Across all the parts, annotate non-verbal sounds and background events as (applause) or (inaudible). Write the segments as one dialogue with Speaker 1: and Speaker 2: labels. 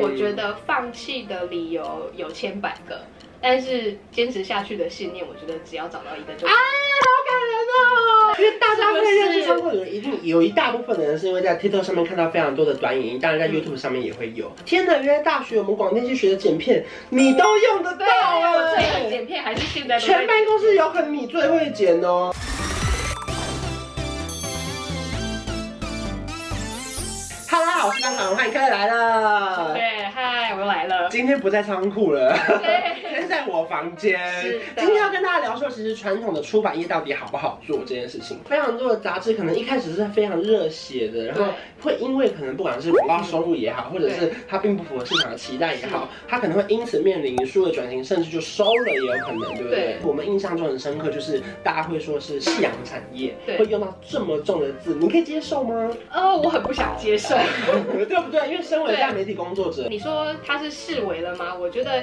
Speaker 1: 我觉得放弃的理由有千百个，但是坚持下去的信念，我觉得只要找到一个就。
Speaker 2: 啊，好感人哦！因为大家会认识超过你，一定有一大部分的人是因为在 TikTok 上面看到非常多的短影音，当
Speaker 1: 嗯
Speaker 2: 然在 YouTube 上面也会有。天哪，原来大学我们广电系学的剪片，你都用得到
Speaker 1: 对，我最会
Speaker 2: 哎！
Speaker 1: 剪片还是现在都在
Speaker 2: 全办公室有可能你最会剪哦。哈喽，我是大长，欢迎各位来了。
Speaker 1: 对，嗨，我又来了。
Speaker 2: 今天不在仓库了，
Speaker 1: 对
Speaker 2: 今 (laughs) 天在我房间
Speaker 1: 是的。
Speaker 2: 今天要跟大家聊说，其实传统的出版业到底好不好做这件事情。非常多的杂志可能一开始是非常热血的，然后
Speaker 1: 对
Speaker 2: 会因为可能不管是广告收入也好，或者是它并不符合市场的期待也好，它可能会因此面临书的转型，甚至就收了也有可能，对不对
Speaker 1: 对？
Speaker 2: 我们印象中很深刻，就是大家会说是夕阳产业，
Speaker 1: 对
Speaker 2: 会用到这么重的字，你可以接受吗？ (laughs)
Speaker 1: 呃，我很不想接受。
Speaker 2: 对不对？因为身为
Speaker 1: 对
Speaker 2: 大媒体工作者，
Speaker 1: 你说他是视为了吗？我觉得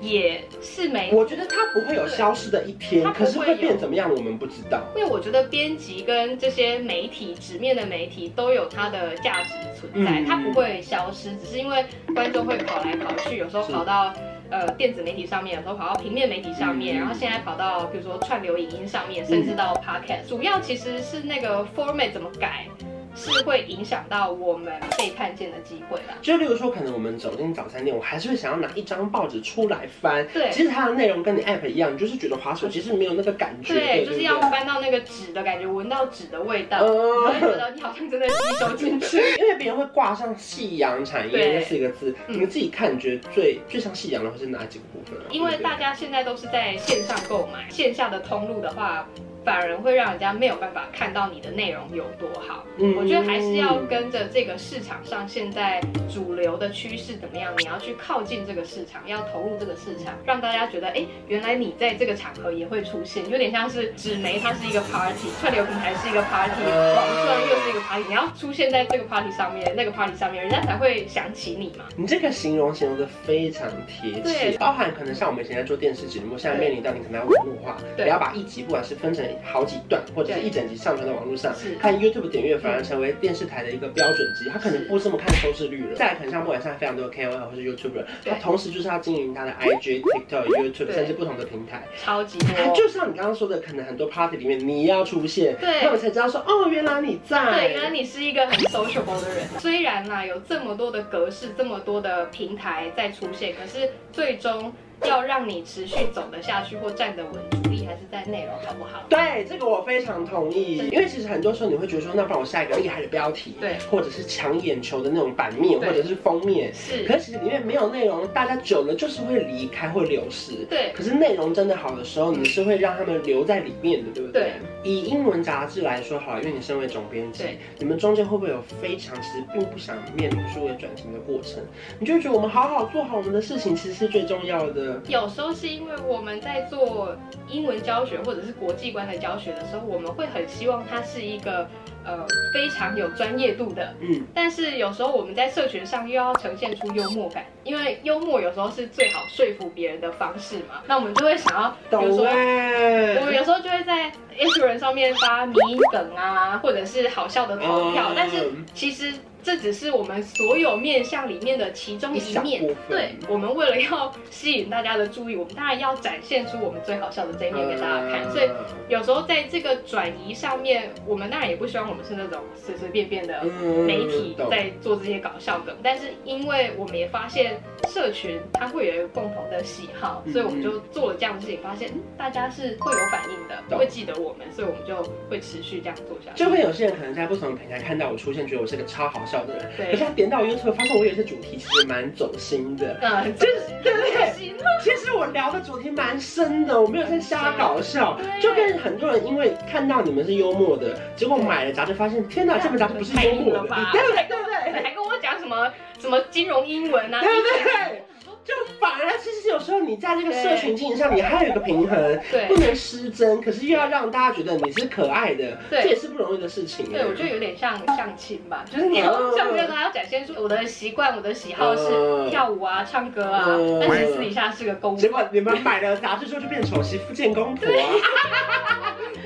Speaker 1: 也是没
Speaker 2: 我觉得它不会有消失的一天
Speaker 1: 它，不
Speaker 2: 可
Speaker 1: 会
Speaker 2: 是会变怎么样，我们不知道。
Speaker 1: 因为我觉得编辑跟这些媒体纸面的媒体都有它的价值存在，
Speaker 2: 嗯
Speaker 1: 它不会消失，只是因为观众会跑来跑去，有时候
Speaker 2: 是
Speaker 1: 跑到呃电子媒体上面，有时候跑到平面媒体上面，
Speaker 2: 嗯
Speaker 1: 然后现在跑到比如说串流影音上面，甚至到 podcast，、主要其实是那个 format 怎么改。是会影响到我们被看见的机会啦。
Speaker 2: 就例如说，可能我们走进早餐店，我还是会想要拿一张报纸出来翻。
Speaker 1: 对
Speaker 2: 其实它的内容跟你 app 一样，你就是觉得滑手机是没有那个感觉的，
Speaker 1: 对，
Speaker 2: 对，
Speaker 1: 就是要翻到那个纸的感觉，闻到纸的味道，你会觉
Speaker 2: (laughs) 呃，
Speaker 1: 得你好像真的吸收进去。
Speaker 2: 因为别人会挂上夕阳产业
Speaker 1: 对
Speaker 2: 这四个字，
Speaker 1: 嗯
Speaker 2: 你们自己看，你觉得最最像夕阳的会是哪几个部分啊？
Speaker 1: 因为大家现在都是在线上购买，线下的通路的话，反而会让人家没有办法看到你的内容有多好。
Speaker 2: 对不对，嗯
Speaker 1: 我觉得还是要跟着这个市场上现在主流的趋势怎么样，你要去靠近这个市场，要投入这个市场，让大家觉得，哎，原来你在这个场合也会出现，有点像是纸媒它是一个 party，串流平台是一个 party，
Speaker 2: 嗯
Speaker 1: 网上又是一个 party，你要出现在这个 party 上面，那个 party 上面，人家才会想起你嘛。
Speaker 2: 你这个形容形容的非常贴切，
Speaker 1: 对
Speaker 2: 包含可能像我们以前在做电视节目，现在面临到你可能要网络化，
Speaker 1: 对
Speaker 2: 你要把一集不管是分成好几段，或者是一整集上传到网络上
Speaker 1: 是，
Speaker 2: 看 YouTube 点阅反而成为电视台的一个标准机，它可能不这么看收视率了。再来，可能像不管现在非常多的 KOL 或是 YouTuber，
Speaker 1: 对
Speaker 2: 它同时就是要经营它的 IG、TikTok、YouTube，
Speaker 1: 对
Speaker 2: 甚至不同的平台。
Speaker 1: 超级多。
Speaker 2: 就像你刚刚说的，可能很多 party 里面你要出现，
Speaker 1: 对
Speaker 2: 他们才知道说哦，原来你在。
Speaker 1: 对，原来你是一个很 sociable 的人。虽然啦，有这么多的格式，这么多的平台在出现，可是最终要让你持续走得下去或站得稳，主力还是在内容，好不好？
Speaker 2: 对，这个我非常同意，
Speaker 1: 对
Speaker 2: 因为其实很多时候你会觉得说，那不然我下一个哎厉害的标题，
Speaker 1: 对，
Speaker 2: 或者是抢眼球的那种版面，
Speaker 1: 对
Speaker 2: 或者是封面，
Speaker 1: 是，
Speaker 2: 可是其实里面没有内容，大家久了就是会离开，会流失。
Speaker 1: 对，
Speaker 2: 可是内容真的好的时候，你是会让他们留在里面的，对不对？
Speaker 1: 对
Speaker 2: 以英文杂志来说好了，因为你身为总编辑
Speaker 1: 对，
Speaker 2: 你们中间会不会有非常其实并不想面临数位转型的过程？你就会觉得我们好好做好我们的事情，其实是最重要的。
Speaker 1: 有时候是因为我们在做英文教学或者是国际观的教学的时候，我们会很希望它是一个呃非常有专业度的，
Speaker 2: 嗯，
Speaker 1: 但是有时候我们在社群上又要呈现出幽默感，因为幽默有时候是最好说服别人的方式嘛。那我们就会想要，比如
Speaker 2: 懂
Speaker 1: 说，
Speaker 2: 哎、
Speaker 1: 我们有时候就会在 Instagram 上面发迷因梗啊，或者是好笑的投票
Speaker 2: 嗯，
Speaker 1: 但是其实这只是我们所有面向里面的其中
Speaker 2: 一
Speaker 1: 一
Speaker 2: 小
Speaker 1: 面。
Speaker 2: 部分。
Speaker 1: 对，我们为了要吸引大家的注意，我们当然要展现出我们最好笑的这一面给大家看，
Speaker 2: 嗯
Speaker 1: 所以。有时候在这个转移上面，我们当然也不希望我们是那种随随便便的
Speaker 2: 嗯
Speaker 1: 媒体
Speaker 2: 懂
Speaker 1: 在做这些搞笑梗，但是因为我们也发现社群它会有一个共同的喜好，
Speaker 2: 嗯
Speaker 1: 所以我们就做了这样的事情，发现嗯大家是会有反应的，
Speaker 2: 嗯懂
Speaker 1: 会记得我们，所以我们就会持续这样做下去。
Speaker 2: 就会有些人可能在不同的平台看到我出现，觉得我是个超好笑的人。可是
Speaker 1: 对，
Speaker 2: 他点到 YouTube，发现我有些主题其实蛮走心的。
Speaker 1: 嗯，
Speaker 2: (laughs) 就是对对
Speaker 1: 开
Speaker 2: 对，
Speaker 1: 心。
Speaker 2: 其实我聊的主题蛮深的，我没有在瞎搞笑。
Speaker 1: 对
Speaker 2: 就跟很多人因为看到你们是幽默的，结果买了杂志发现，天哪，这本杂志不是幽默的
Speaker 1: 太硬了，吧
Speaker 2: 对不对？对不
Speaker 1: 你
Speaker 2: 对？
Speaker 1: 还跟我讲什么什么金融英文啊？
Speaker 2: 对不对？就反而其实有时候你在这个社群经营上，你还有一个平衡，
Speaker 1: 对
Speaker 2: 不能失真，可是又要让大家觉得你是可爱的，
Speaker 1: 对
Speaker 2: 这 (laughs) 也是不容易的事情。
Speaker 1: 对，我觉得有点像相亲吧，就是你
Speaker 2: 哦
Speaker 1: 要像面他要展现出我的习惯、我的喜好
Speaker 2: 嗯
Speaker 1: 是跳舞啊、唱歌啊
Speaker 2: 嗯，
Speaker 1: 但其实私底下是个购物。
Speaker 2: 结果你们买了杂志之后就变丑媳妇见公婆、啊， (laughs)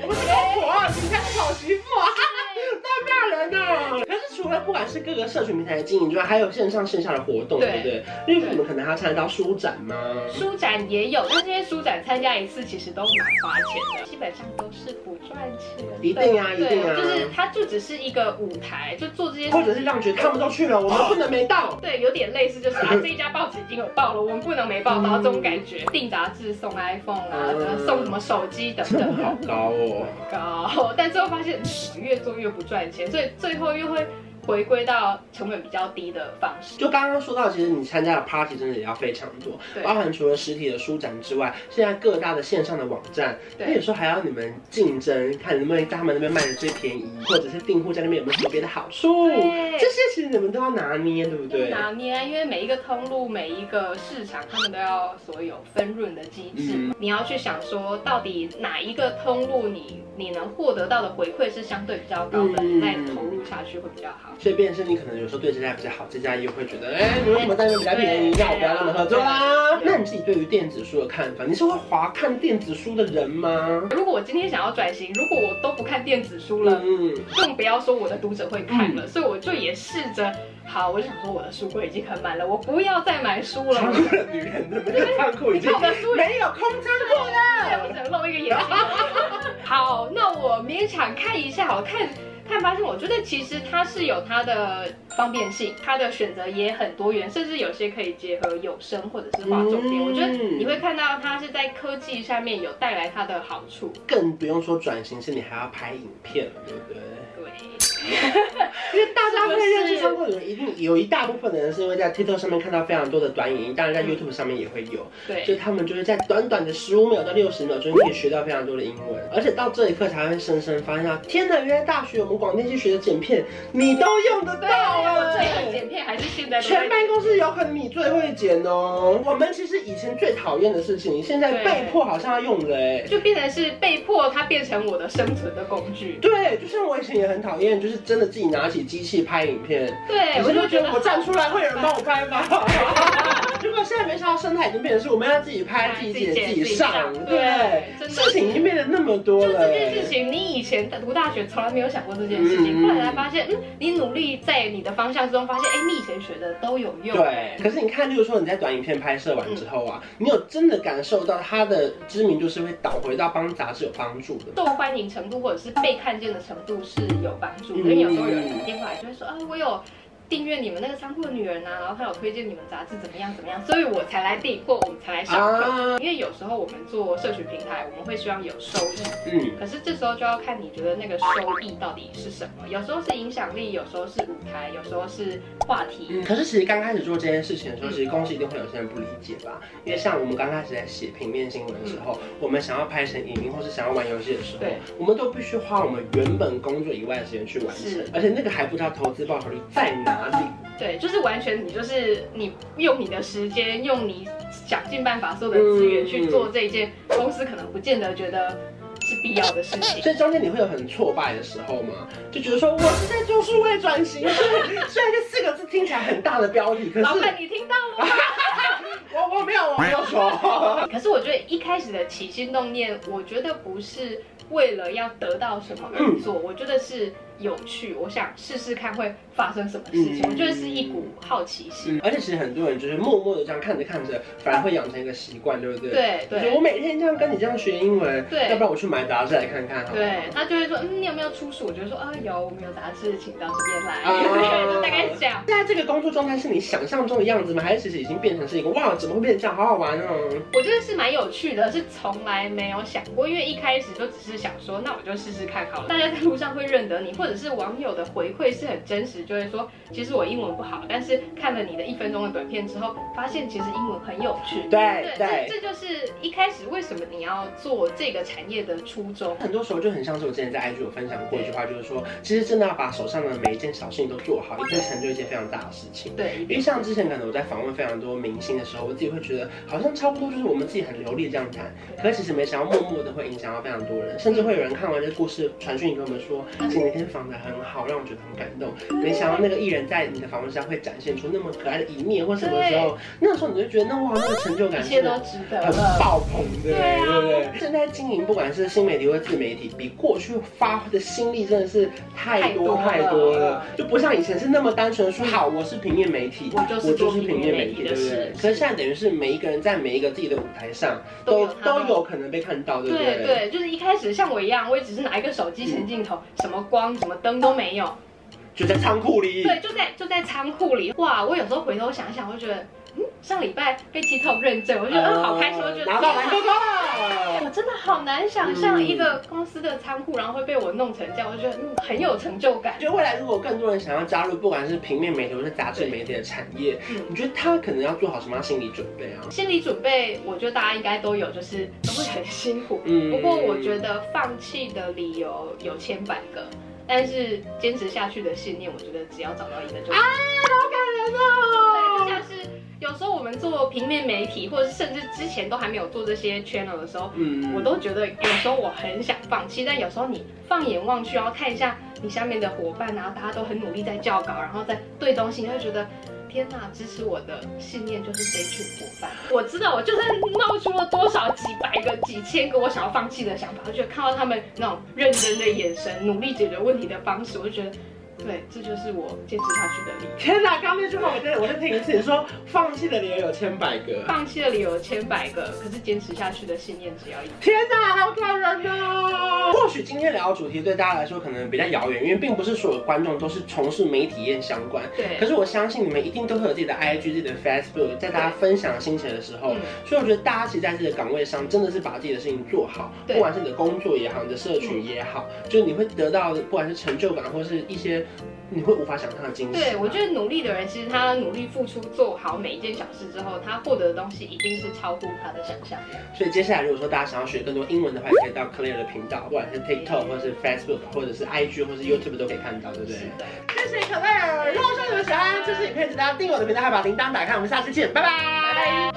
Speaker 2: 我们是公婆、啊，你们家是丑媳妇、啊，太骂人了、可是除了不管是各个社群平台的经营之外，还有线上线下的活动，对不对？例如你们可能还要参加到书展吗？
Speaker 1: 书展也有，但是因为书展参加一次其实都蛮花钱的，基本上都是不赚钱的。
Speaker 2: 一定啊，一
Speaker 1: 对
Speaker 2: 定，啊，
Speaker 1: 就是它就只是一个舞台，就做这些
Speaker 2: 或
Speaker 1: 事
Speaker 2: 者是让觉得他们都去了，我们不能没到。
Speaker 1: 对，有点类似，就是啊，这一家报纸已经有报了，我们不能没报道这种感觉。订杂志送 iPhone 啊，
Speaker 2: (laughs) 嗯
Speaker 1: 送什么手机等等，
Speaker 2: 好高哦，
Speaker 1: 高。但最后发现，嗯越做越不赚钱，所以
Speaker 2: (laughs)
Speaker 1: 最后又会回归到成本比较低的方式。
Speaker 2: 就刚刚说到，其实你参加的 party 真的也要非常多，
Speaker 1: 对
Speaker 2: 包含除了实体的书展之外，现在各大的线上的网站，那有
Speaker 1: 对
Speaker 2: 时候还要你们竞争，看能不能在他们那边卖的最便宜，或者是订户在那边有没有什么别的好处，
Speaker 1: 对
Speaker 2: 这些其实你们都要拿捏，对不对？
Speaker 1: 拿捏，因为每一个通路、每一个市场，他们都要所有分润的机制。
Speaker 2: 嗯
Speaker 1: 你要去想说，到底哪一个通路你你能获得到的回馈是相对比较高的，
Speaker 2: 嗯
Speaker 1: 你再投入下去会比较好。
Speaker 2: 所以，变成是你可能有时候对这家比较好，这家又会觉得，哎、你为什么在那边比较便宜？
Speaker 1: 对
Speaker 2: 那我不要跟你合作啦。
Speaker 1: 对啊
Speaker 2: 那你自己对于电子书的看法，你是会划看电子书的人吗？
Speaker 1: 如果我今天想要转型，如果我都不看电子书了，
Speaker 2: 嗯，
Speaker 1: 更不要说我的读者会看了，所以我就也试着，好，我就想说我的书柜已经很满了，我不要再买书
Speaker 2: (laughs)
Speaker 1: 了。
Speaker 2: 长裤的女人的那个仓库已
Speaker 1: 你
Speaker 2: 经
Speaker 1: 看我的书已经
Speaker 2: 没有空仓库
Speaker 1: 对，我
Speaker 2: 了。
Speaker 1: 只能露一个眼睛。 (laughs) 好，那我勉强看一下，我看看发现，我觉得其实它是有它的方便性，它的选择也很多元，甚至有些可以结合有声或者是画重点。
Speaker 2: 嗯
Speaker 1: 我觉得你会看到它是在科技上面有带来它的好处。
Speaker 2: 更不用说转型，是你还要拍影片了，对不对？
Speaker 1: 对，
Speaker 2: 因为大家会认识
Speaker 1: 是不是
Speaker 2: 仓库的人，一定有一大部分的人是因为在 TikTok 上面看到非常多的短影音，当然在 YouTube 上面也会有。就
Speaker 1: 嗯对，
Speaker 2: 他们就是在短短的十五秒到六十秒中可以学到非常多的英文，而且到这一刻才会深深发现到，天哪，原来大学我们广电系学的剪片，你都用得到
Speaker 1: 对，我
Speaker 2: 啊！
Speaker 1: 最会剪片还是现在都在
Speaker 2: 全办公室有可能你最会剪哦。我们其实以前最讨厌的事情，现在被迫好像要用了哎。
Speaker 1: 就变成是被迫它变成我的生存的工具。
Speaker 2: 对，就像我以前也很讨厌，就是真的自己拿起机器拍影片，
Speaker 1: 对，
Speaker 2: 我
Speaker 1: 我
Speaker 2: 就
Speaker 1: 就
Speaker 2: 觉
Speaker 1: 觉
Speaker 2: 得
Speaker 1: 得
Speaker 2: 我站出来会有人帮我拍吗？如果现在没想到生态已经变成是我们要自己拍、自己剪、自己上，对
Speaker 1: 对，真的
Speaker 2: 事情已经变得那么多
Speaker 1: 就
Speaker 2: 了。
Speaker 1: 这件事情，你以前读大学从来没有想过这件事情，
Speaker 2: 嗯
Speaker 1: 后来才发现，嗯，你努力在你的方向中发现，哎，你以前学的都有用。
Speaker 2: 对，可是你看，例如说你在短影片拍摄完之后啊，你有真的感受到它的知名度是会倒回到帮杂志有帮助的。
Speaker 1: 受欢迎程度或者是被看见的程度是有帮助的，
Speaker 2: 嗯
Speaker 1: 因为有时候有人打电话来就会说啊，我有订阅你们那个仓库的女人啊，然后她有推荐你们杂志怎么样怎么样，所以我才来订或我们才来上课。
Speaker 2: 啊，
Speaker 1: 因为有时候我们做社群平台，我们会希望有收益，
Speaker 2: 嗯，
Speaker 1: 可是这时候就要看你觉得那个收益到底是什么，有时候是影响力，有时候是舞台，有时候是话题，
Speaker 2: 嗯，可是其实刚开始做这件事情的时候，其实公司一定会有些人不理解吧？因为像我们刚开始在写平面新闻的时候，我们想要拍成影音或是想要玩游戏的时
Speaker 1: 嗯
Speaker 2: 候
Speaker 1: 对，
Speaker 2: 我们都必须花我们原本工作以外的时间去完成
Speaker 1: 是，
Speaker 2: 而且那个还不知道投资报酬率在哪里。
Speaker 1: 对，就是完全你就是你用你的时间，用你想尽办法所有
Speaker 2: 嗯
Speaker 1: 的资源去做这一件公司可能不见得觉得是必要的事情。
Speaker 2: 所以中间你会有很挫败的时候吗？就觉得说我是在做数位转型，虽
Speaker 1: (laughs)
Speaker 2: 然虽然这四个字听起来很大的标题， (laughs) 可
Speaker 1: 老
Speaker 2: 是
Speaker 1: 板，你听到了吗？
Speaker 2: 我我没有我没有说，
Speaker 1: 可是我觉得一开始的起心动念，我觉得不是为了要得到什么
Speaker 2: 嗯
Speaker 1: 而做，我觉得是有趣，我想试试看会发生什么事情。
Speaker 2: 嗯
Speaker 1: 我觉得是一股好奇心。
Speaker 2: 而且其实很多人就是默默的这样看着看着，反而会养成一个习惯，对不对？
Speaker 1: 对
Speaker 2: 就是
Speaker 1: 对
Speaker 2: 我每天这样跟你这样学英文，
Speaker 1: 对
Speaker 2: 要不然我去买杂志来看看好了。
Speaker 1: 对，他就会说，嗯，你有没有出书？我就说，啊，有，我们有杂志，请到这边来，
Speaker 2: 啊
Speaker 1: (laughs) 就大概是这样。
Speaker 2: 现在这个工作状态是你想象中的样子吗？还是其实已经变成是一个哇，怎么会变成这样，好好玩哦？
Speaker 1: 我觉得是蛮有趣的，是从来没有想过，因为一开始就只是想说，那我就试试看好了。大家在路上会认得你，或者是网友的回馈是很真实，就会说，其实我英文不好，但是看了你的一分钟的短片之后，发现其实英文很有趣。
Speaker 2: 对
Speaker 1: 这
Speaker 2: 对。
Speaker 1: 这就是一开始为什么你要做这个产业的初衷。
Speaker 2: 很多时候就很像是我之前在 IG 有分享过一句话，就是说，其实真的要把手上的每一件小事情都做好，一定成就一件非常大的事情。
Speaker 1: 对，
Speaker 2: 因为像之前可能我在访问非常多明星的时候，我自己会觉得好像差不多就是我们自己很流利这样谈，可是其实没想到默默的会影响到非常多人，甚至会有人看完这故事传讯给我们说，今天跟访的很好，让我觉得很感动。没想到那个艺人在你的访问上会展现出那么可爱的一面，或什么时候，那时候你就觉得那哇，那个成就感
Speaker 1: 一
Speaker 2: 是
Speaker 1: 切都值得
Speaker 2: 很
Speaker 1: 了。
Speaker 2: 爆棚的，
Speaker 1: 对啊
Speaker 2: 对不对？现在经营不管是新媒体或自媒体，比过去花的心力真的是太多
Speaker 1: 太
Speaker 2: 太
Speaker 1: 多了
Speaker 2: 多了，就不像以前是那么单纯说好我是平面媒体，
Speaker 1: 我嗯就是做平面媒体的
Speaker 2: 对不对
Speaker 1: 事？
Speaker 2: 可是现在等于是每一个人在每一个自己的舞台上
Speaker 1: 都有
Speaker 2: 都
Speaker 1: 他
Speaker 2: 都
Speaker 1: 的
Speaker 2: 有可能被看到，对不
Speaker 1: 对
Speaker 2: 对？
Speaker 1: 对，就是一开始像我一样，我也只是拿一个手机前镜头，什么光、什么灯都没有。
Speaker 2: 就在仓库里，
Speaker 1: 对，就在就在仓库里。哇，我有时候回头想一想，我就觉得，嗯，上礼拜被 TikTok 认证，我觉得、嗯、好开心，我觉得
Speaker 2: 呃拿到
Speaker 1: 天
Speaker 2: 蓝
Speaker 1: 哪
Speaker 2: 勾勾了。
Speaker 1: 我真的好难想象
Speaker 2: 嗯
Speaker 1: 一个公司的仓库，然后会被我弄成这样，我就觉得嗯很有成就感。
Speaker 2: 就未来如果更多人想要加入，不管是平面媒体或是杂志媒体的产业，
Speaker 1: 嗯，
Speaker 2: 你觉得他可能要做好什么样心理准备啊？
Speaker 1: 心理准备，我觉得大家应该都有，就是都会很辛苦。
Speaker 2: 嗯
Speaker 1: 不过我觉得放弃的理由有千百个，但是坚持下去的信念，我觉得只要找到一个就。对，就像是有时候我们做平面媒体，或者是甚至之前都还没有做这些 channel 的时候，
Speaker 2: 嗯
Speaker 1: 我都觉得有时候我很想放弃，但有时候你放眼望去，然后看一下你下面的伙伴，然后大家都很努力在校稿，然后在对东西，你会觉得。天呐，支持我的信念就是这群伙伴。我知道，我就算闹出了多少几百个、几千个我想要放弃的想法，我觉得看到他们那种认真的眼神、努力解决问题的方式，我就觉得，对，这就是我坚持下去的理由。
Speaker 2: 天哪！刚刚那句话我在我在听一次，你说放弃的理由有千百个。
Speaker 1: 放弃的理由千百个，可是坚持下去的信念只要一个。
Speaker 2: 天哪，好感人哦！或许今天聊的主题对大家来说可能比较遥远，因为并不是所有观众都是从事媒体业相关。可
Speaker 1: 对，
Speaker 2: 是我相信你们一定都会有自己的 IG、自己的 Facebook，在大家分享心情的时候
Speaker 1: 嗯，
Speaker 2: 所以我觉得大家其实在自己的岗位上，真的是把自己的事情做好，
Speaker 1: 对
Speaker 2: 不管是你的工作也好，你的社群也好，就是你会得到不管是成就感，或是一些你会无法想象的惊喜。
Speaker 1: 对我觉得努力的人，其实他努力付出做好每一件小事之后，他获得的东西一定是超乎他的想象的。
Speaker 2: 所以接下来，如果说大家想要学更多英文的话，也可以到 Clear 的频道，不管是 TikTok 或是 Facebook 或者是 IG 或是 YouTube 都可以看到，对不对？
Speaker 1: 的。
Speaker 2: 谢谢 Clear。如果说你们喜欢这支影片，记得要订阅我的频道，还有把铃铛打开。我们下次见，拜拜。
Speaker 1: 拜拜